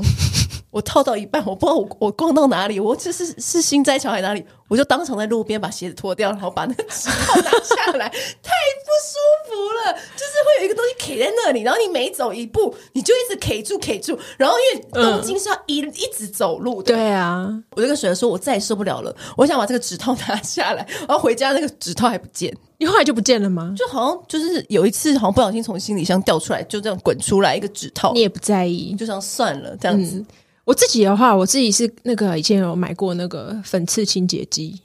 我套到一半， 我不知道我我逛到哪里，我这是是新斋桥还是哪里，我就当场在路边把鞋子脱掉，然后把那个指套拿下来，太 不舒服了，就是会有一个东西 K 在那里，然后你每走一步，你就一直 K 住 K 住，然后因为东京是要一、一直走路的，对啊，我就跟水儿说，我再也受不了了，我想把这个指套拿下来，然后回家那个指套还不见，你后来就不见了吗？就好像就是有一次好像不小心从行李箱掉出来，就这样滚出来一个指套，你也不嗯在意你，就想算了这样子。我自己的话，我自己是那个以前有买过那个粉刺清洁剂，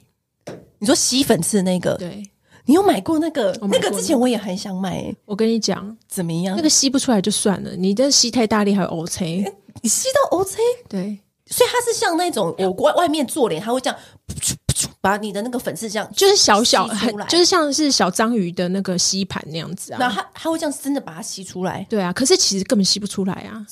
你说吸粉刺的那个，对你有买过那个？我买那过个之前我也很想买、欸，我跟你讲，怎么样？那那个个吸不出来就算了，你这吸太大力还有 O C，你吸到 OK， 对，所以它是像那种我外外面做脸，它会这样噗噗噗把你的那个粉刺这样，就是小小吸出很来，就是像是小章鱼的那个吸盘那样子然啊。后它它会这样真的把它吸出来。对啊，可是其实根本吸不出来啊。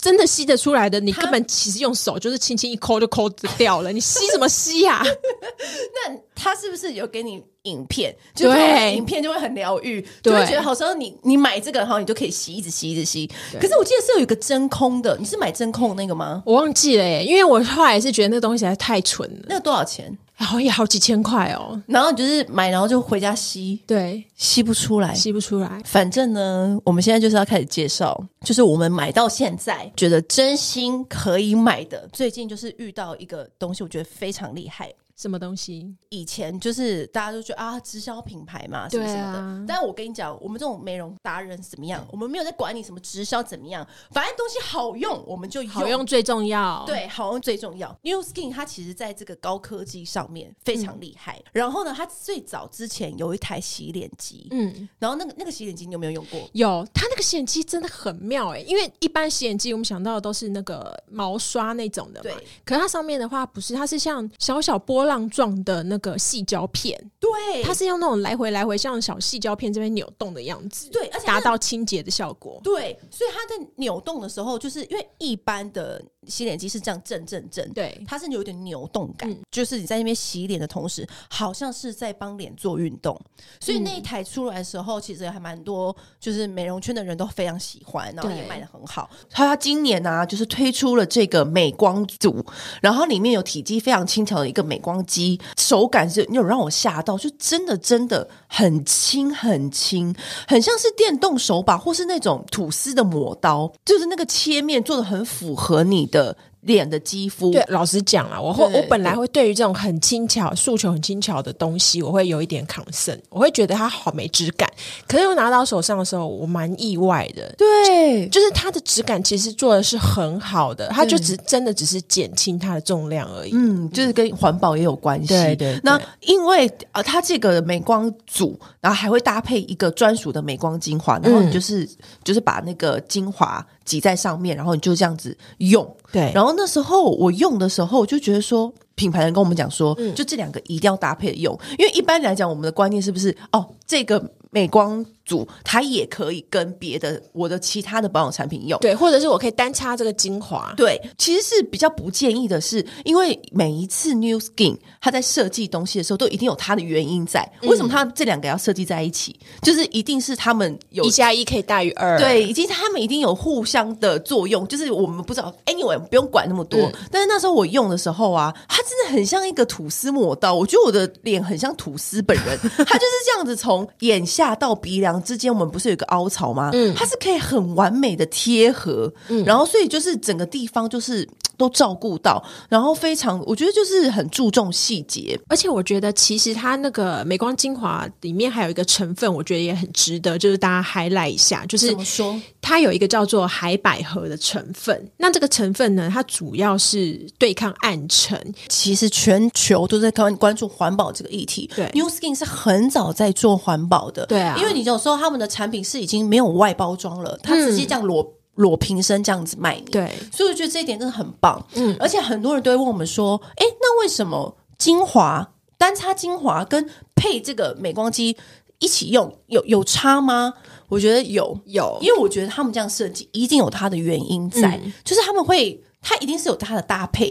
真的吸得出来的，你它根本其实用手就是轻轻一抠就抠掉了，你吸什么吸呀、啊？ 那它是不是有给你影片？就对是那种影片就会很疗愈，就对会觉得好像你你买这个，然后你就可以吸，一直吸，一直吸。可是我记得是有一个真空的，你是买真空那个吗？我忘记了耶，因为我后来是觉得那个东西实在太蠢了，那个多少钱？好也好几千块哦。然后你就是买，然后就回家吸，对，吸不出来，吸不出来。反正呢，我们现在就是要开始介绍，就是我们买到现在觉得真心可以买的。最近就是遇到一个东西，我觉得非常厉害。什么东西？以前就是大家都觉得啊，直销品牌嘛，什么对什么的。啊但我跟你讲，我们这种美容达人怎么样？我们没有在管你什么直销怎么样，反正东西好用我们就好用最重要。，对，好用最重要。New Skin 它其实在这个高科技上面非常厉害。然后呢，它最早之前有一台洗脸机，嗯，然后那个那个洗脸机你有没有用过？有它那个洗脸机真的很妙哎、因为一般洗脸机我们想到的都是那个毛刷那种的嘛对，可是它上面的话不是，它是像小小波浪状的那个细胶片，对，对它是用那种来回来回像小细胶片这边扭动的样子，对，而且它达到清洁的效果。对，所以它在扭动的时候，就是因为一般的洗脸机是这样震震震，对它是有点扭动感，嗯就是你在那边洗脸的同时，好像是在帮脸做运动。所以嗯那一台出来的时候，其实还蛮多，就是美容圈的人都非常喜欢，然后也对卖的很好。它今年呢、啊就是推出了这个美光组，然后里面有体积非常轻巧的一个美光机，手感是那种让我吓到，就真的真的很轻很轻，很像是电动手把或是那种吐司的磨刀，就是那个切面做的很符合你的脸的肌肤。对，老实讲啦，我会对我本来会对于这种很轻巧、诉求很轻巧的东西，我会有一点抗胜，我会觉得它好没质感。可是我拿到手上的时候，我蛮意外的，对就是它的质感其实做的是很好的，它就对只真的只是减轻它的重量而已。嗯，就是跟环保也有关系。对对对那因为呃，它这个美光组，然后还会搭配一个专属的美光精华，然后嗯你就是、就是把那个精华挤在上面，然后你就这样子用。对，然后那时候我用的时候，我就觉得说，品牌人跟我们讲说，嗯就这两个一定要搭配用，因为一般来讲，我们的观念是不是哦，这个美光组它也可以跟别的我的其他的保养产品用。对，或者是我可以单擦这个精华，对，其实是比较不建议的是，因为每一次 New Skin 它在设计东西的时候，都一定有它的原因在。为什么它这两个要设计在一起？就是一定是他们有一加一可以大于二。对，以及他们一定有互相的作用，就是我们不知道，anyway，不用管那么多。嗯但是那时候我用的时候啊，它真的很像一个吐司抹刀，我觉得我的脸很像吐司本 人，它就是这样子从眼下到鼻梁之间，我们不是有一个凹槽吗？嗯它是可以很完美的贴合，然后所以就是整个地方就是嘖都照顾到，然后非常，我觉得就是很注重细节，而且我觉得，其实它那个美光精华里面还有一个成分，我觉得也很值得，就是大家 highlight 一下，就是说？它有一个叫做海百合的成分。那这个成分呢，它主要是对抗暗沉，其实全球都在关关注环保这个议题。对，New Skin 是很早在做环保的。对啊嗯因为你有时候他们的产品是已经没有外包装了，它直接这样裸、裸瓶身这样子卖你。，对，所以我觉得这一点真的很棒。嗯，而且很多人都会问我们说，哎，那为什么精华单擦精华跟配这个美光机一起用有有差吗？我觉得有，有因为我觉得他们这样设计一定有它的原因在，就是他们会，它一定是有它的搭配。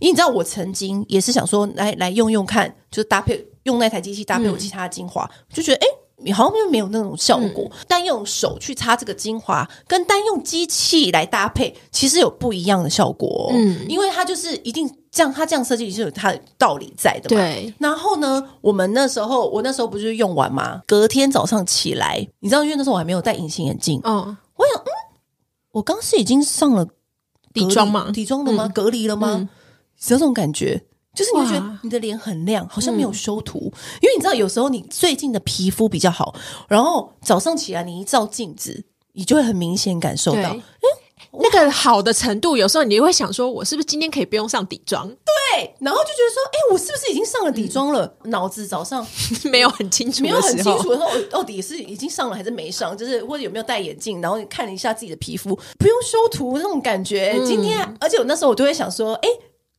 因为你知道，我曾经也是想说来来用用看，就是搭配用那台机器搭配我其他的精华，就觉得哎。诶好像又没有那种效果，单用手去擦这个精华，跟单用机器来搭配，其实有不一样的效果、哦。嗯，因为它就是一定这样，它这样设计是有它的道理在的嘛。对，然后呢，我们那时候，我那时候不是用完吗？隔天早上起来，你知道，因为那时候我还没有戴隐形眼镜，哦，我想，嗯，我刚是已经上了底妆嗯嘛隔离底妆了吗？隔离了吗？有这种感觉。就是你会觉得哇嗯你的脸很亮，好像没有修图，因为你知道有时候你最近的皮肤比较好，然后早上起来你一照镜子，你就会很明显感受到对，。那个好的程度，有时候你会想说，我是不是今天可以不用上底妆？ 对，然后就觉得说，哎、我是不是已经上了底妆了？嗯脑子早上没有很清楚没有的很时清候，楚的时候，我到底是已经上了还是没上，就是或者有没有戴眼镜，然后你看了一下自己的皮肤，不用修图那种感觉。今天，而且我那时候我都会想说，哎，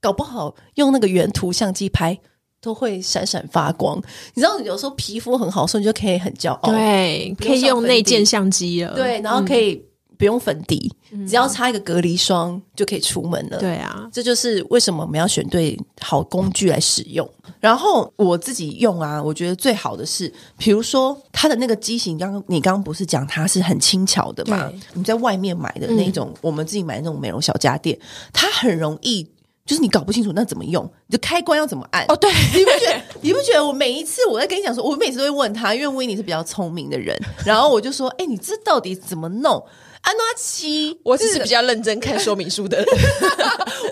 搞不好用那个原图相机拍都会闪闪发光。你知道，有时候皮肤很好的时候，你就可以很骄哦傲，对，可以用内建相机了。对然后可以不用粉底，只要擦一个隔离霜就可以出门了。对啊，这就是为什么我们要选对好工具来使用。然后我自己用啊，我觉得最好的是，比如说它的那个机型，刚刚你刚刚不是讲它是很轻巧的嘛对？嗯你在外面买的那种，我们自己买的那种美容小家电，它很容易。就是你搞不清楚那怎么用，你的开关要怎么按？哦，对，你不觉得？你不觉得我每一次我在跟你讲说，我每次都会问他，因为威尼是比较聪明的人，然后我就说，哎、你这到底怎么弄？安诺七， 我只是比较认真看说明 书的人。我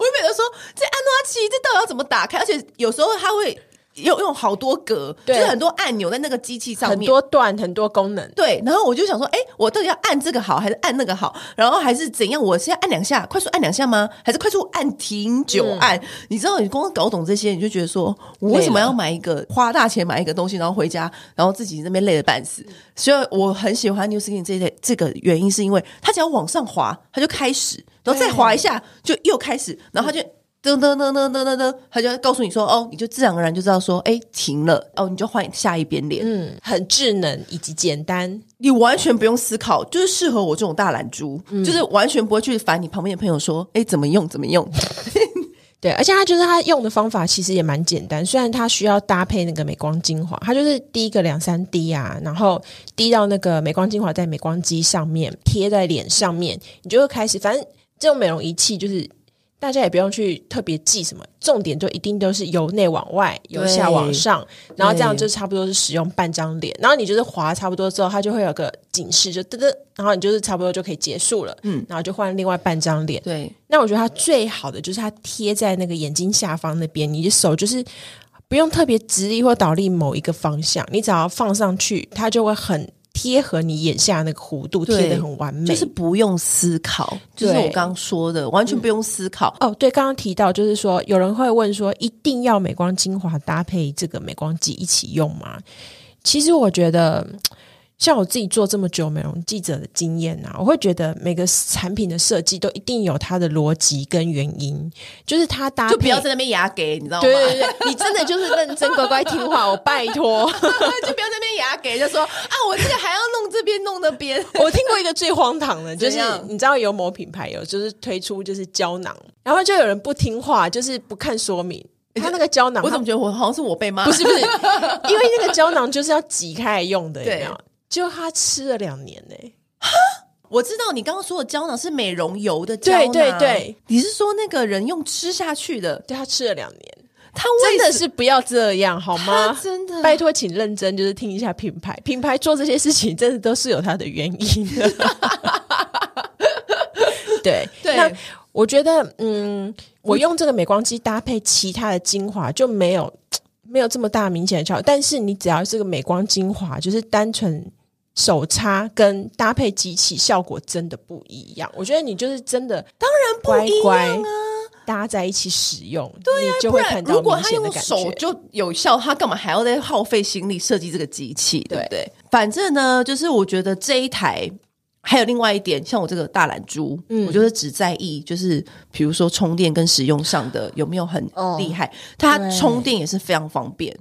每次说这按诺器这到底要怎么打开？而且有时候它会用用好多格，就对是很多按钮在那个机器上很面。多段，很多功能。对，然后我就想说，哎，我到底要按这个好，还是按那个好？然后还是怎样？我是要按两下，快速按两下吗？还是快速按停久按？你知道，你光搞懂这些，你就觉得说，我为什么要买一个花大钱买一个东西，然后回家，然后自己那边累得半死？所以我很喜欢 New Skin 这类这个原因，是因为它只要往上滑，它就开始，然后再滑一下就又开始，然后它就。噔噔噔噔噔噔噔，他就会告诉你说，哦，你就自然而然就知道说，哎，停了，哦，你就换下一边脸，嗯，很智能以及简单，你完全不用思考，就是适合我这种大懒猪，嗯就是完全不会去烦你旁边的朋友说，哎，怎么用怎么用，对，而且它就是它用的方法其实也蛮简单，虽然它需要搭配那个美光精华，它就是滴个两三滴啊，然后滴到那个美光精华在美光机上面，贴在脸上面，你就会开始，反正这种美容仪器就是大家也不用去特别记什么，重点就一定都是由内往外，由下往上，然后这样就差不多是使用半张脸，然后你就是划差不多之后，它就会有个警示，就噔噔，然后你就是差不多就可以结束了，嗯，然后就换另外半张脸。对，那我觉得它最好的就是它贴在那个眼睛下方那边，你的手就是不用特别直立或倒立某一个方向，你只要放上去，它就会很贴合你眼下那个弧度，对贴的很完美。就是不用思考，就是对我刚刚说的，完全不用思考，哦，对，刚刚提到就是说，有人会问说，一定要美光精华搭配这个美光剂一起用吗？其实我觉得，像我自己做这么久美容记者的经验啊，我会觉得每个产品的设计都一定有它的逻辑跟原因，就是它搭配就不要在那边牙给，你知道吗？对对对，对你真的就是认真乖乖听话，我拜托。 就不要在那边牙给，就说啊，我这个还要弄这边弄那边， 我听过一个最荒唐的，就是怎样你知道有某品牌有就是推出就是胶囊，然后就有人不听话，就是不看说 明，他那个胶囊我它怎么觉得我好像是我被骂？不是不是，因为那个胶囊就是要挤开来用的，有对没有？就他吃了两年呢、我知道你刚刚说的胶囊是美容油的胶对囊，对对，你是说那个人用吃下去的，对他吃了两年，他为真的什是不要这样好吗他？真的拜托，请认真，就是听一下品牌，品牌做这些事情真的都是有它的原因的。 对对那我觉得，嗯，我用这个美光机搭配其他的精华就没有没有这么大明显的效果，但是你只要这个美光精华，就是单纯。手擦跟搭配机器效果真的不一样，我觉得你就是真的当然不一乖样乖啊？搭在一起使用，对、你就不会然看到如果明他显的用感手觉。就有效，他干嘛还要再耗费心力设计这个机器，对不对对？反正呢，就是我觉得这一台。还有另外一点，像我这个大懒猪，嗯我就是只在意就是比如说充电跟使用上的有没有很哦厉害，它对充电也是非常方便。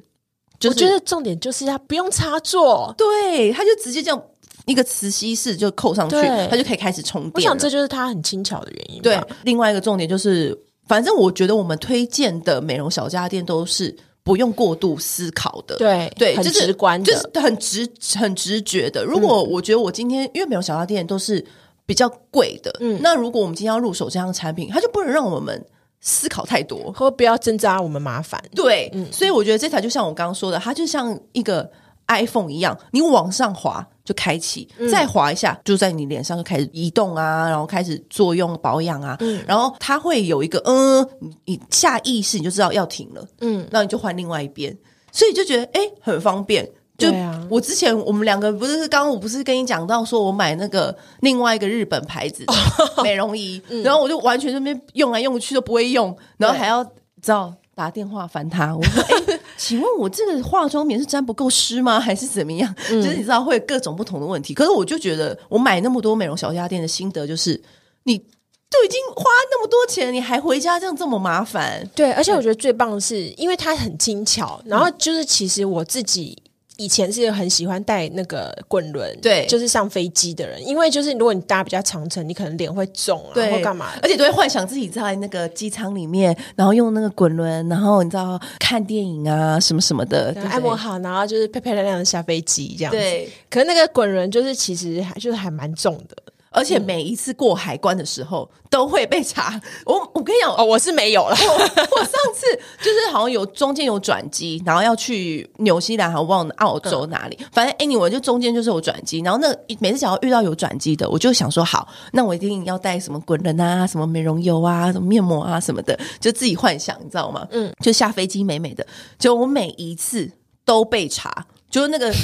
就是、我觉得重点就是它不用插座，对，它就直接这样一个磁吸式就扣上去对，它就可以开始充电了。我想这就是它很轻巧的原因吧。对，另外一个重点就是，反正我觉得我们推荐的美容小家电都是不用过度思考的。对对，很就是直观的。就是很直很直觉的。如果我觉得我今天、因为美容小家电都是比较贵的，嗯，那如果我们今天要入手这样的产品，它就不能让我们思考太多。或不要增加我们麻烦。对，所以我觉得这台就像我刚刚说的，它就像一个 iPhone 一样，你往上滑就开启，再滑一下就在你脸上就开始移动啊，然后开始作用保养啊，然后它会有一个嗯，你你下意识你就知道要停了，嗯，那你就换另外一边，所以就觉得哎、诶很方便。就对啊我之前我们两个不是刚刚我不是跟你讲到说我买那个另外一个日本牌 子的美容仪，然后我就完全那边用来用去都不会用，然后嗯对还要你知道打电话烦他，我说：“哎、 请问我这个化妆棉是沾不够湿吗？还是怎么样？”嗯就是你知道会有各种不同的问题。可是我就觉得，我买那么多美容小家电的心得就是，你都已经花那么多钱，你还回家这样这么麻烦，对，而且我觉得最棒的是，因为它很轻巧，嗯然后就是其实我自己。以前是很喜欢带那个滚轮，对就是上飞机的人，因为就是如果你搭比较长程，你可能脸会肿啊，或干嘛的而且都会幻想自己在那个机舱里面，然后用那个滚轮，然后你知道看电影啊什么什么的，对不对按摩好，然后就是漂漂亮亮的下飞机这样子。对，可是那个滚轮就是其实还就是还蛮重的而且每一次过海关的时候都会被查。我我跟你讲，哦，我是没有 了。我上次就是好像有中间有转机，然后要去纽西兰，还忘了澳洲哪里，反正 anyway 就中间就是有转机。然后那每次只要遇到有转机的，我就想说好，那我一定要带什么滚轮啊、什么美容油啊、什么面膜啊什么的，就自己幻想，你知道吗？嗯，就下飞机美美的。就我每一次都被查，就是那个这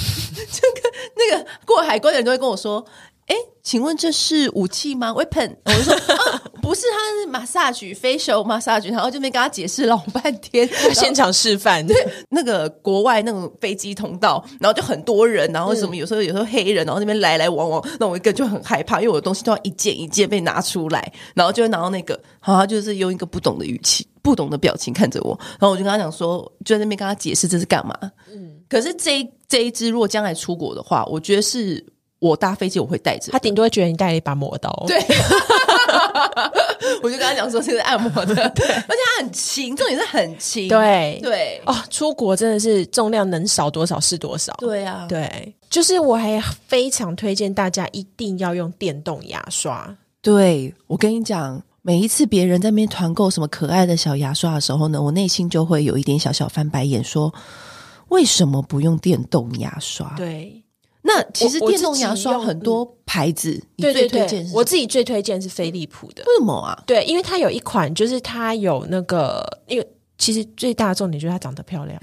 个那个过海关的人都会跟我说。哎，请问这是武器吗？Weapon？我就说、啊、不是，他是 massage facial massage，然后就没跟他解释老半天。现场示范，对，那个国外那种飞机通道，然后就很多人，然后什么有时候有时候黑人，然后那边来来往往，那我一个就很害怕，因为我的东西都要一件一件被拿出来，然后就会拿到那个，好像就是用一个不懂的语气、不懂的表情看着我，然后我就跟他讲说，就在那边跟他解释这是干嘛。嗯，可是这一这一支如果将来出国的话，我觉得是我搭飞机我会带着他，顶多会觉得你带了一把磨刀。对，我就跟他讲说这是按摩 的，而且它很轻，重点是很轻，对对哦，出国真的是重量能少多少是多少。对啊，对，就是我还非常推荐大家一定要用电动牙刷。对，我跟你讲，每一次别人在那边团购什么可爱的小牙刷的时候呢，我内心就会有一点小小翻白眼说，为什么不用电动牙刷？对，那其实我我电动牙自刷己用很多牌子，你对最对推荐对是，什么我自己最推荐是飞利浦的。为什么啊？对，因为它有一款，就是它有那个，因为其实最大的重点就是它长得漂亮。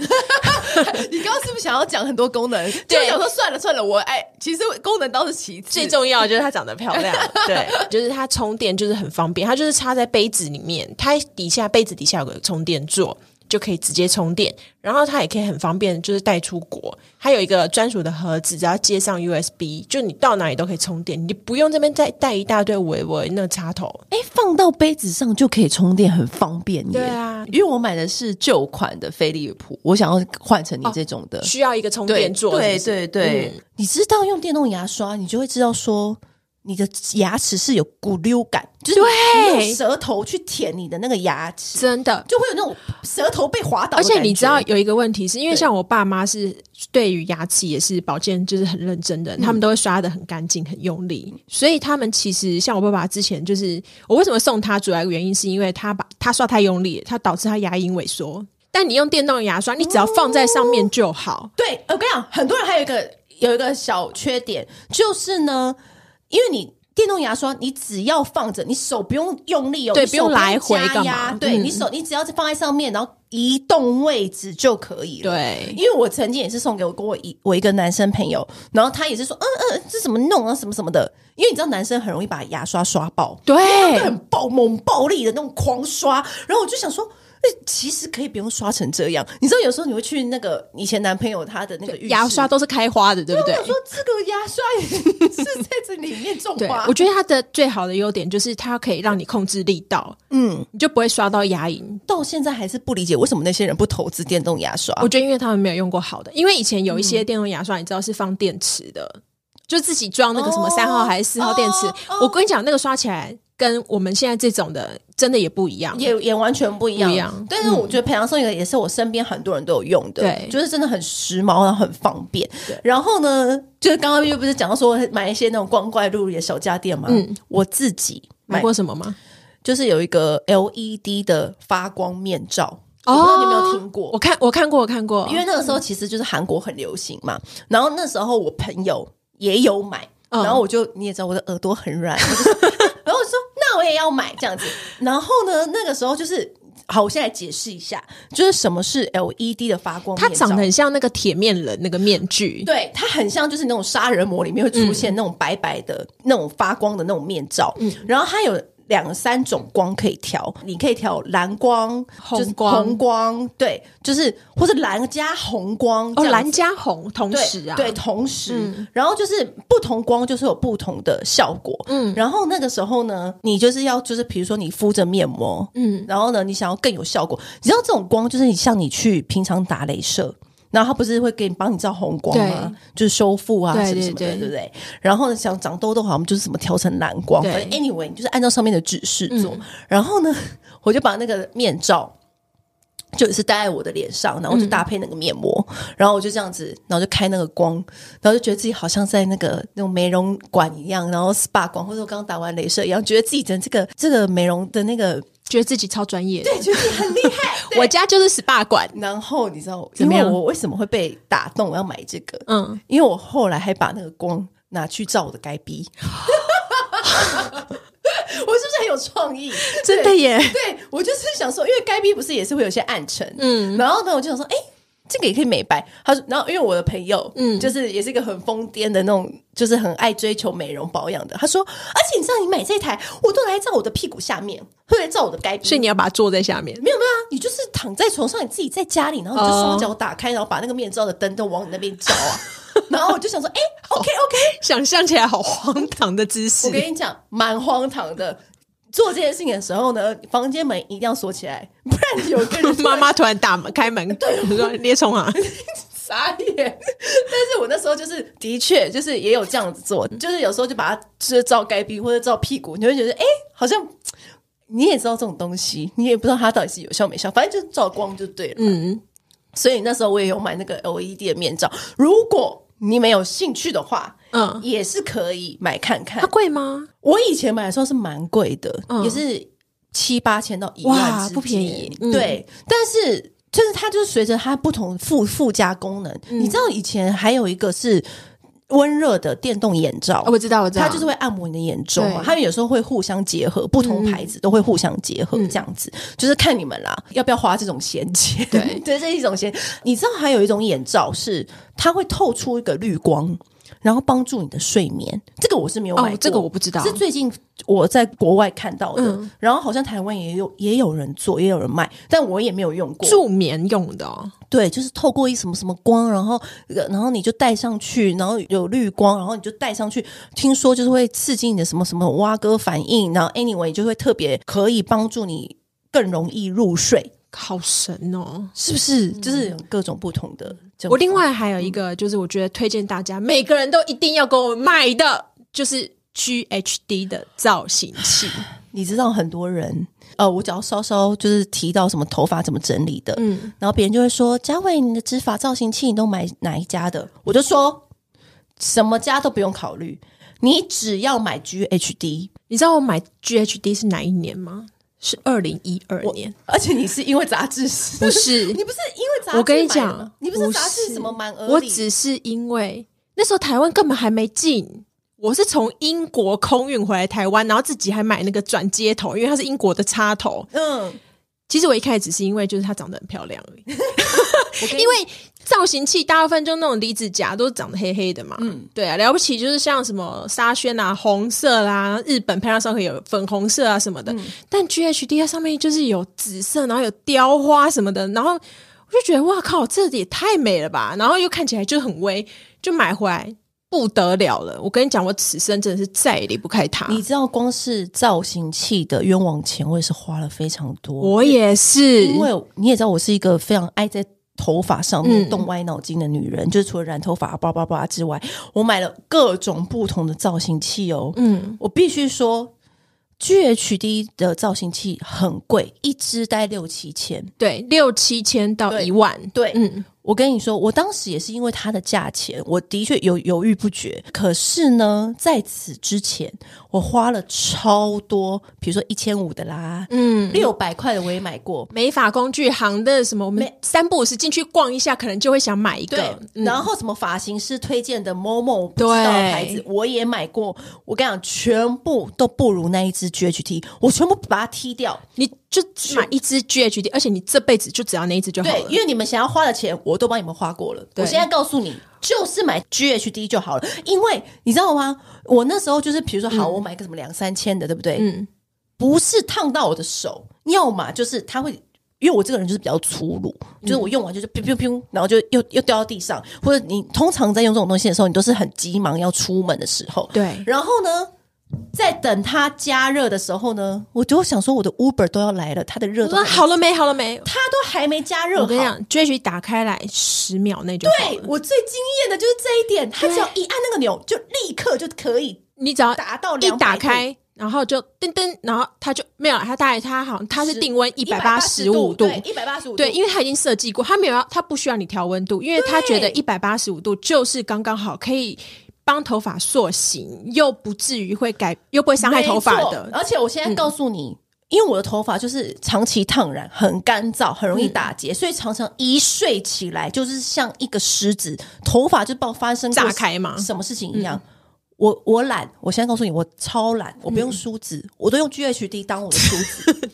你刚刚是不是想要讲很多功能？就对想说算了算了，我哎，其实功能倒是其次。最重要的就是它长得漂亮，对， 就是它充电就是很方便，它就是插在杯子里面，它底下杯子底下有个充电座，就可以直接充电，然后它也可以很方便，就是带出国，它有一个专属的盒子，只要接上 USB，就你到哪里都可以充电，你不用这边再带一大堆维维那个插头，哎，放到杯子上就可以充电，很方便耶。对啊因为我买的是旧款的飞利浦，我想要换成你这种的。需要一个充对电座，对是不是对对，你知道用电动牙刷，你就会知道说你的牙齿是有骨溜感，就是对你用舌头去舔你的那个牙齿，真的。就会有那种舌头被划倒而的感觉。且你知道有一个问题是，因为对像我爸妈是对于牙齿也是保健就是很认真的人，他们都会刷的很干净、很用力，嗯所以他们其实像我爸爸之前就是我为什么送他，主要原因是因为他把他刷太用力，他导致他牙龈萎缩。但你用电动牙刷，你只要放在上面就好。对，我跟你讲，很多人还有一个有一个小缺点，就是呢，因为你电动牙刷，你只要放着，你手不用用力哦，对你手不用来回加干嘛压对、嗯你手，你只要放在上面，然后移动位置就可以了。。对，因为我曾经也是送给我跟我一我一个男生朋友，然后他也是说，嗯嗯，这怎么弄啊，什么什么的。因为你知道男生很容易把牙刷刷爆，对很暴猛暴力的那种狂刷，然后我就想说。哎其实可以不用刷成这样，你知道有时候你会去那个以前男朋友他的那个浴室牙刷，都是开花的，对不对？我说这个牙刷也 是在这里面种对花，，我觉得它的最好的优点就是它可以让你控制力道，嗯，你就不会刷到牙龈。到现在还是不理解为什么那些人不投资电动牙刷。我觉得因为他们没有用过好的，因为以前有一嗯些电动牙刷，你知道是放电池的，就自己装那个什么哦三号还是四号电池。哦哦我跟你讲，那个刷起来跟我们现在这种的真的也不一样。也也完全不一样，不一样但是我觉得培养送一个也是我身边很多人都有用的，对就是真的很时髦，然后很方便对。然后呢，就是刚刚又不是讲到说买一些那种光怪陆离的小家电嘛，嗯我自己买买过什么吗？就是有一个 LED 的发光面罩，哦我不知道你有没有听过我？看我看过我看过，因为那个时候其实就是韩国很流行嘛，然后那时候我朋友也有买，嗯然后我就你也知道我的耳朵很软，我就说 然后我说那我也要买这样子，然后呢那个时候就是。好，我现在解释一下，就是什么是 LED 的发光它面罩。长得很像那个铁面人那个面具。对，它很像就是那种杀人魔里面会出嗯现那种白白的、那种发光的那种面罩，然后它有。两三种光可以调，你可以调蓝光、红就是光红光，对，就是或是蓝加红光哦，这样子蓝加红同时啊，嗯对，对，同时，然后就是不同光就是有不同的效果，嗯，然后那个时候呢，你就是要就是比如说你敷着面膜，嗯，然后呢你想要更有效果，你知道这种光就是你像你去平常打镭射。然后它不是会给你帮你照红光吗？就是修复啊对什么什么对的，对对不对？然后呢，想长痘痘好，我们就是什么调成蓝光，对反正 anyway，你就是按照上面的指示做。然后呢，我就把那个面罩就是戴在我的脸上，然后就搭配那个面膜，然后我就这样子，然后就开那个光，然后就觉得自己好像在那个那种美容馆一样，然后 SPA 馆，或者我刚打完镭射一样，觉得自己的这个这个美容的那个，觉得自己超专业的。对， 觉得自己很厉害。我家就是 SPA 馆，然后你知道，怎因么样为我为什么会被打动，我要买这个？嗯，因为我后来还把那个光拿去照我的该 逼，我是不是很有创意？真的耶。对我就是想说，因为该逼不是也是会有一些暗沉，嗯，然后呢，我就想说，哎、这个也可以美白。他说，然后因为我的朋友，嗯，就是也是一个很疯癫的那种，就是很爱追求美容保养的。他说，而且你知道，你买这台，我都来照我的屁股下面，会来照我的该逼。所以你要把它坐在下面。没有没有啊，你就是躺在床上，你自己在家里，然后你就双脚打开，然后把那个面罩的灯都往你那边照啊。然后我就想说，哎、o 哦 k OK，想象起来好荒唐的姿势我。跟你讲，蛮荒唐的。做这件事情的时候呢，房间门一定要锁起来，不然有个人妈妈突然打门开门，对我说：“列冲啊，傻眼。 但是我那时候就是的确就是也有这样子做，就是有时候就把它就是照该逼或者照屁股，你会觉得哎、诶好像你也知道这种东西，你也不知道它到底是有效没效，反正就是照光就对了。嗯，所以那时候我也有买那个 LED 的面罩，如果你们有兴趣的话，嗯也是可以买看看它。贵吗？我以前买的时候是蛮贵的，嗯也是七八千到一万哇之间不便宜嗯对，但是就是它就是随着它不同附附加功能，嗯你知道以前还有一个是温热的电动眼罩。哦我知道，我知道，它就是会按摩你的眼周嘛对，嗯它们有时候会互相结合，不同牌子都会互相结合，这样子、就是看你们啦，要不要花这种闲钱？对 对，这是一种闲。你知道还有一种眼罩是它会透出一个绿光，然后帮助你的睡眠，这个我是没有买哦过，，这个我不知道是，最近我在国外看到的，嗯然后好像台湾也有也有人做，也有人卖，但我也没有用过。助眠用的哦，对，就是透过一什么什么光，然后呃然后你就戴上去，然后有绿光，然后你就戴上去，听说就是会刺激你的什么什么蛙哥反应，然后 anyway 就会特别可以帮助你更容易入睡，嗯好神哦！是不是？就是有各种不同的这种。我另外还有一个，就是我觉得推荐大家，每个人都一定要给我买的，就是 GHD 的造型 器。你知道很多人，呃，我只要稍稍就是提到什么头发怎么整理的，嗯，然后别人就会说：“佳慧，你的植发造型器你都买哪一家的？”我就说：“什么家都不用考虑，你只要买 GHD。你知道我买 GHD 是哪一年吗？是二零一二年，” 而且你是因为杂志社，不 是 你不是因为杂志买的吗，我跟你讲，你不不是杂志什么满额我礼只是因为那时候台湾根本还没进，我是从英国空运回来台湾，然后自己还买那个转接头，因为它是英国的插头。嗯，其实我一开始只是因为就是它长得很漂亮而已， 我跟你因为造型器大部分就那种离子夹都长得黑黑的嘛。嗯，对啊，了不起就是像什么沙宣啊、红色啦、日本 Panasonic 有粉红色啊什么的，嗯但 GHD 它上面就是有紫色，然后有雕花什么的，然后我就觉得哇靠，这也太美了吧！然后又看起来就很微，就买回来不得了了。我跟你讲，我此生真的是再也离不开它。你知道，光是造型器的冤枉钱，我也是花了非常多。我也是，因为你也知道，我是一个非常爱在头发上面嗯动歪脑筋的女人，就是除了染头发叭叭叭之外，我买了各种不同的造型器哦。嗯，我必须说，GHD 的造型器很贵，一支大概六七千。对，六七千到对一万，对嗯，我跟你说，我当时也是因为它的价钱，我的确有犹豫不决。可是呢，在此之前，我花了超多，比如说一千五的啦，嗯嗯，六百块的我也买过，美发工具行的什么，我们三不五时进去逛一下，可能就会想买一对个，。嗯然后什么发型师推荐的某某不知道的牌子对，我也买过。我跟你讲，全部都不如那一支 GHT，我全部把它踢掉。你就只买一支 GHD，而且你这辈子就只要那一支就好对，了。因为你们想要花的钱，我都帮你们花过了。对我现在告诉你，就是买 GHD 就好了，因为你知道吗？我那时候就是，比如说，好，我买个什么两三千的，对不对？嗯，不是烫到我的手，要么就是它会。因为我这个人就是比较粗鲁，嗯就是我用完就是乒乒乒，然后就又又掉到地上，或者你通常在用这种东西的时候，你都是很急忙要出门的时候，对，然后呢，在等它加热的时候呢，我就想说我的 Uber 都要来了，它的热我都说还好了没？好了没？它都还没加热好。我跟你讲，GHD 打开来十秒内就好对了。我最惊艳的就是这一点，它只要一按那个钮，就立刻就可以你只要达到一200打开，然后就噔噔，然后它就没有了。它大概它好像它是定温一百八十五度。对，一百八十五度，对，因为它已经设计过，它没有要，它不需要你调温度，因为它觉得一百八十五度就是刚刚好，可以帮头发塑形，又不至于会改，又不会伤害头发没错的。嗯而且我现在告诉你。因为我的头发就是长期烫染，很干燥，很容易打结，嗯所以常常一睡起来就是像一个狮子，头发就爆发生过炸开嗯嘛什么事情一样。我我懒，我现在告诉你，我超懒，我不嗯用梳子，我都用 GHD 当我的梳 子。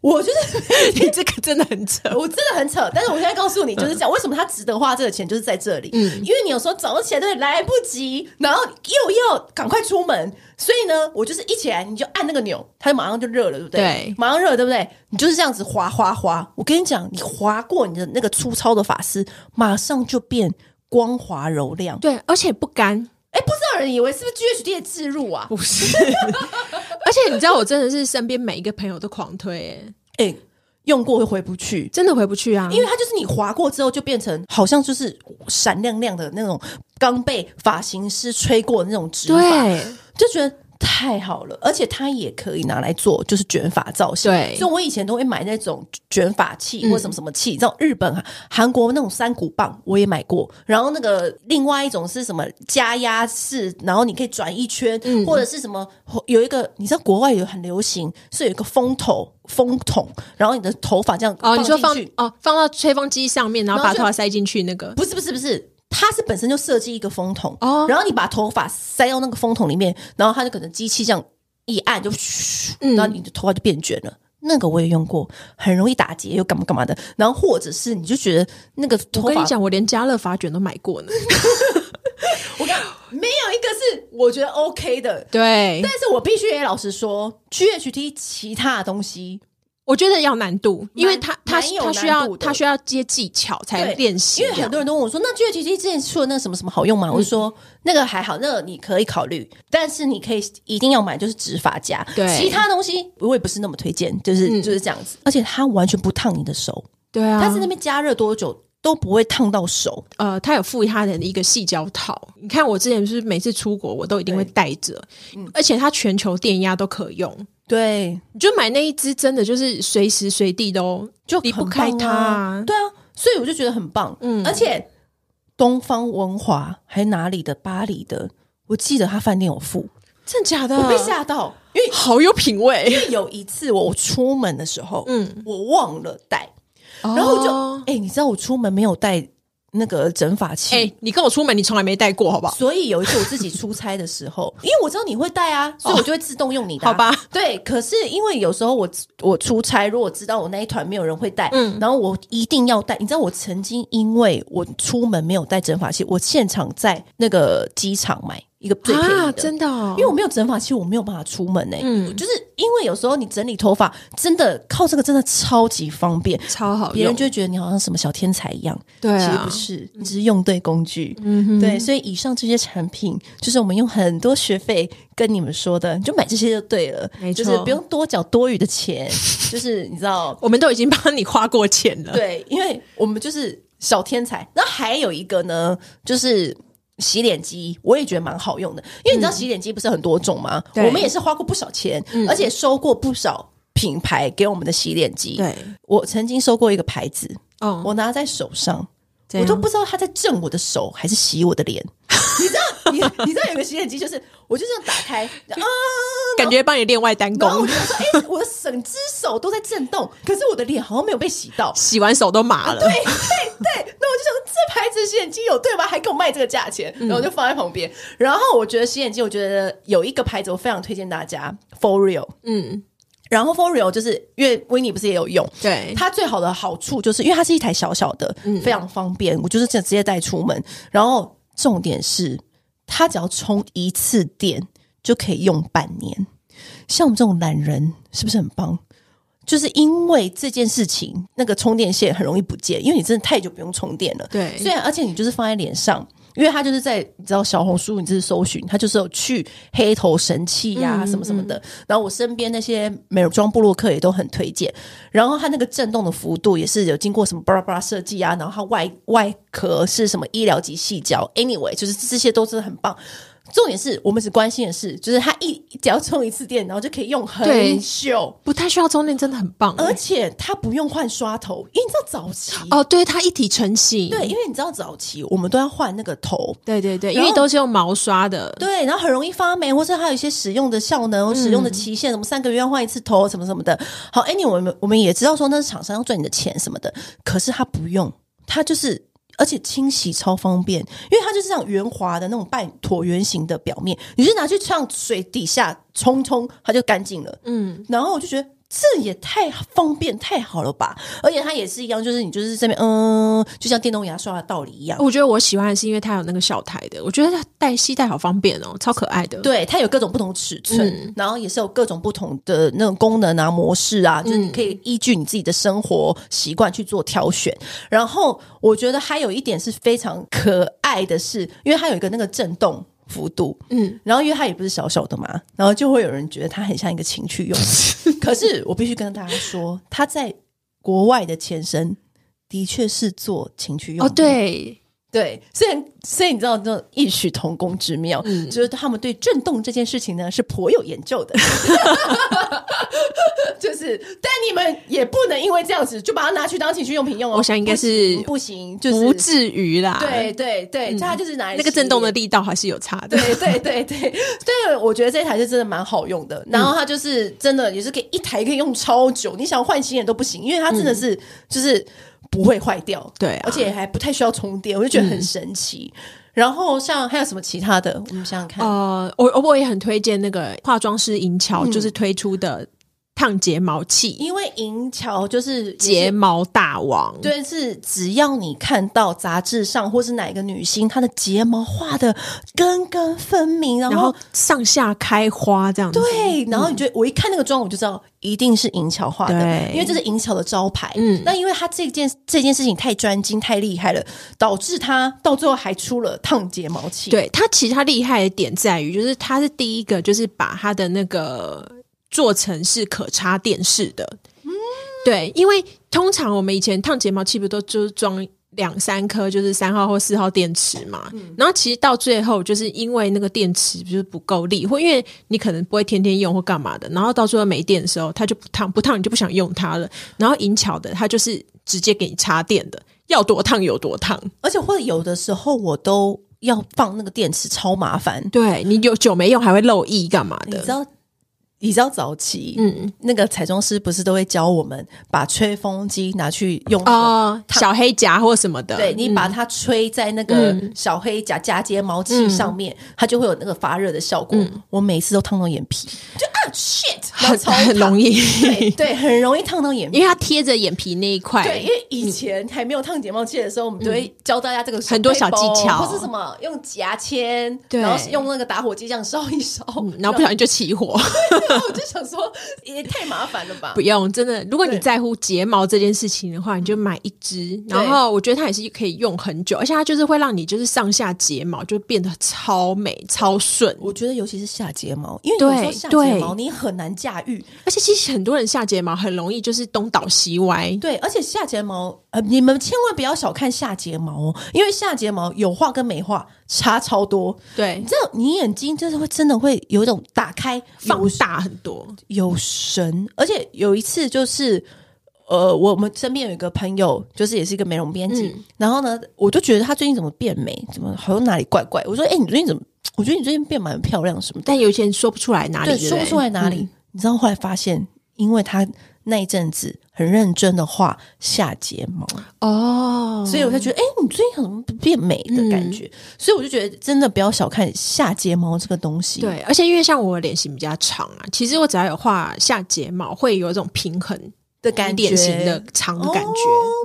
我就是 你这个真的很扯。我真的很扯，但是我现在告诉你，就是这样。为什么他值得花这个钱，就是在这里。因为你有时候早上起来都来不及，然后又要赶快出门，所以呢，我就是一起来你就按那个钮，它就马上就热了，对不对？对马上热了，对不对？你就是这样子滑滑滑。我跟你讲，你滑过你的那个粗糙的发丝，马上就变光滑柔亮。对，而且不干，哎，不知道有人以为是不是 GHD 的置入啊？不是，而且你知道，我真的是身边每一个朋友都狂推、欸，哎、用过会回不去，真的回不去啊！因为它就是你划过之后就变成好像就是闪亮亮的那种刚被发型师吹过的那种直发，对就觉得太好了，而且它也可以拿来做就是卷发造型。对嗯所以我以前都会买那种卷发器或什么什么器，这种日本、啊韩国那种三股棒我也买过。然后那个另外一种是什么加压式，然后你可以转一圈，嗯或者是什么有一个你知道国外有很流行是有一个风头风筒，然后你的头发这样哦，你说放进去哦放到吹风机上面，然后然把后就头发塞进去那个，不是不是不是，它是本身就设计一个风筒，哦然后你把头发塞到那个风筒里面，然后它就可能机器这样一按就，嗯然后你的头发就变卷了。那个我也用过，很容易打结，又干嘛干嘛的。然后或者是你就觉得那个头我跟发你，讲，我连家乐发卷都买过呢。我跟你讲没有一个是我觉得 OK 的。 对，但是我必须也老实说，GHT 其他的东西，我觉得要难度，因为他他蛮有他需难要度的他需要接技巧才对练习因啊，为很多人都问我说：“那 GHT 之前出的那个什么什么好用吗？”嗯我就说：“那个还好，那个你可以考虑，但是你可以一定要买就是直发夹，对其他东西我也不是那么推荐，就是、就是这样子。而且它完全不烫你的手，对啊，它是那边加热多久都不会烫到手。呃，它有附它的一个细胶套。你看我之前是每次出国，我都一定会带着，嗯而且它全球电压都可用。对，你就买那一只，真的就是随时随地都就离不很开棒它啊啊。对啊，所以我就觉得很棒。嗯，而且东方文华还哪里的巴黎的，我记得他饭店有付，真的假的？我被吓到，因为好有品味。因为有一次我出门的时候，嗯嗯，我忘了带，然后我就哦哎、你知道我出门没有带那个整发器。哎、你跟我出门，你从来没带过，好不好？所以有一次我自己出差的时 候，因为我知道你会带啊，所以我就会自动用你的、哦啊好吧？对，可是因为有时候我我出差，如果知道我那一团没有人会带，嗯然后我一定要带。你知道我曾经因为我出门没有带整发器，我现场在那个机场买一个最便宜的，啊，真的、哦，因为我没有整发器，我没有办法出门呢、欸嗯就是因为有时候你整理头发，真的靠这个真的超级方便，超好用，别人就会觉得你好像什么小天才一样。对其实啊嗯不，是，你只是用对工具。对，所以以上这些产品，就是我们用很多学费跟你们说的，你就买这些就对了，没错就是不用多缴多余的 钱，就是你知道，我们都已经帮你花过钱了。对，因为我们就是小天才。那还有一个呢，就是洗脸机，我也觉得蛮好用的，因为你知道洗脸机不是很多种吗？嗯对嗯我们也是花过不少钱，而且收过不少品牌给我们的洗脸机。对，我曾经收过一个牌子，哦，我拿在手上，怎我样都不知道它在震我的手还是洗我的脸。 你知道，你你知道有个洗脸机，就是我就这样打开，啊，感觉帮你练外单然后我功就，说，哎、我的整只手都在震动，可是我的脸好像没有被 洗到。洗完手都麻了。对对对，那我就想说这牌子洗脸机有对吗？还给我卖这个价钱，然后嗯我就放在旁边。然后我觉得洗脸机，我觉得有一个牌子我非常推荐大家，For Real。嗯，然后 For Real 就是因为 w i n n i 不是也有用，对，嗯它最好的好处就是因为它是一台小小的，非常方便，我就是直接带出门。然后重点是，它只要充一次电就可以用半年。像我们这种懒人，是不是很棒？就是因为这件事情，那个充电线很容易不见，因为你真的太久不用充电了。对虽然而且你就是放在脸上，因为它就是在你知道小红书，你就是搜寻，它就是有去黑头神器呀、嗯什么什么的。然后我身边那些美妆部落客也都很推荐，然后它那个震动的幅度也是有经过什么巴拉巴拉设计啊，然后它外外壳是什么医疗级细胶，anyway，就是这些都真的很棒。重点是我们只关心的是，就是它一只要充一次电，然后就可以用对很久。不太需要充电，真的很棒。欸而且它不用换刷头，因为你知道早期、嗯哦，对，它一体成型。对，因为你知道早期我们都要换那个头，对对对，因然后为都是用毛刷的。对，然后很容易发霉，或是它有一些使用的效能、使用的期限，什么三个月要换一次头，什么什么的。好，anyway，我们我们也知道说那是厂商要赚你的钱什么的，可是它不用，它就是。而且清洗超方便，因为它就是这样圆滑的那种半椭圆形的表面，你就拿去上水底下冲冲，它就干净了。嗯，然后我就觉得这也太方便太好了吧！而且它也是一样，就是你就是这边嗯，就像电动牙刷的道理一样，我觉得我喜欢的是因为它有那个小台的，我觉得它带系带好方便哦，超可爱的。嗯对，它有各种不同尺寸，然后也是有各种不同的那种功能啊、模式啊，嗯就是你可以依据你自己的生活习惯去做挑选。然后我觉得还有一点是非常可爱的是，因为它有一个那个震动。幅度，嗯，然后因为它也不是小小的嘛，然后就会有人觉得它很像一个情趣用品。 可是我必须跟大家说，它在国外的前身的确是做情趣用哦，品。对，对，所以所以你知道，这种异曲同工之妙，嗯就是他们对震动这件事情呢是颇有研究的。 就是，但你们也不能因为这样子就把它拿去当情趣用品用哦。我想应该是不行，不行不就是至于啦。对，对对，它就是拿来那个震动实的验力道还是有差的。对对对对， 所以我觉得这台是真的蛮好用嗯的。然后它就是真的也是可以一台可以用超久，你想换新也都不行，因为它真的是就是不会坏掉，嗯对啊嗯而且还不太需要充电，我就觉得很神奇。然后像还有什么其他的，我们想想看。呃，我我也很推荐那个化妆师银桥，嗯就是推出的烫睫毛器，因为银桥就是也睫是毛大王。对，是只要你看到杂志上或是哪一个女星，她的睫毛画的根根分明，然然后后上下开花这样子。对，然后你觉得我一看那个妆，我就知道一定是银桥画的，嗯对因为这是银桥的招牌。嗯嗯，那因为他这件这件事情太专精、太厉害了，导致他到最后还出了烫睫毛器。，对，它其实它厉害的点在于，就是它是第一个，就是把它的那个做成是可插电式的。嗯对，因为通常我们以前烫睫毛器不都就是装两三颗，就是三号或四号电池嘛。嗯然后其实到最后，就是因为那个电池就是不够力，或因为你可能不会天天用或干嘛的，然后到最后没电的时候，它就不烫，不烫你就不想用它了。然后银巧的，它就是直接给你插电的，要多烫有多烫。而且或者有的时候我都要放那个电池，超麻烦。对你有久没用还会漏液干嘛你的知？道，你知道早期，嗯嗯，那个彩妆师不是都会教我们把吹风机拿去用那个哦，小黑夹或什么的，对你嗯把它吹在那个小黑夹夹睫毛器上面，它就会有那个发热的效果。嗯我每次都烫到眼皮，就啊 shit，然后很超烫很容易， 对对，很容易烫到眼因皮。为它贴着眼皮那一块，对，因为以前还没有烫睫毛器的时候，我们都会教大家这个嗯很多小技巧或是什么用夹签，对然后用那个打火机这样烧一烧，嗯然后不小心就起火。然后我就想说也太麻烦了吧 不。用，真的，如果你对在乎睫毛这件事情的话，你就买一支，然后我觉得它也是可以用很久，而且它就是会让你就是上下睫毛就变得超美超顺。我觉得尤其是下睫毛，因为对有时候下睫毛对你很难驾驭，而且其实很多人下睫毛很容易就是东倒西歪，对，而且下睫毛，呃，你们千万不要小看下睫毛哦，因为下睫毛有画跟没画差超多。对你，知道，你眼睛就是会真的会有一种打开放有大很多。有神，而且有一次就是。呃，我们身边有一个朋友，就是也是一个美容编辑，嗯然后呢，我就觉得她最近怎么变美，怎么好像哪里怪怪。我说，哎、你最近怎么？我觉得你最近变蛮漂亮什么的。但有些人说不出来哪里，对，对说不对嗯出来哪里。你知道后来发现，因为他那一阵子很认真的画下睫毛，哦，所以我才觉得，哎、你最近怎么变美的感觉？所以我就觉得，真的不要小看下睫毛这个东西。，对，而且因为像我的脸型比较长啊，其实我只要有画下睫毛，会有一种平衡的感觉典型的长的感觉。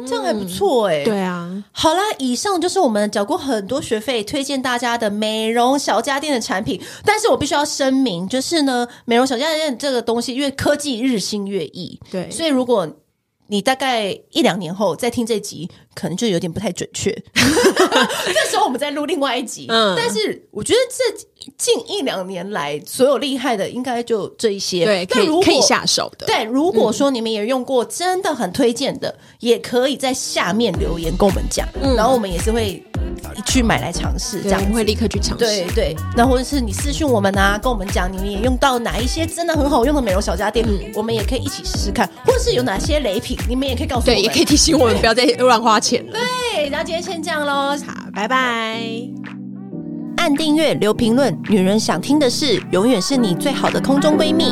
哦，这样还不错哎、。对啊，好啦，以上就是我们缴过很多学费推荐大家的美容小家电的产品。但是我必须要声明，就是呢，美容小家电这个东西，因为科技日新月异，对，所以如果你大概一两年后再听这集，可能就有点不太准 确。那时候我们再录另外一集，嗯但是我觉得这近一两年来所有厉害的，应该就这一些。对可但以如果可以下手的。对，如果说你们也用过，真的很推荐的，也可以在下面留言跟我们讲，然后我们也是会去买来尝试这对，样我子们会立刻去尝试。对对，那或者是你私讯我们啊，跟我们讲你们也用到哪一些真的很好用的美容小家电，嗯我们也可以一起试试看，或者是有哪些雷品，你们也可以告诉我对，们。也可以提醒我们不要再乱花钱了。对，那今天先这样喽，好，拜拜。按订阅，留评论，女人想听的事，永远是你最好的空中闺蜜。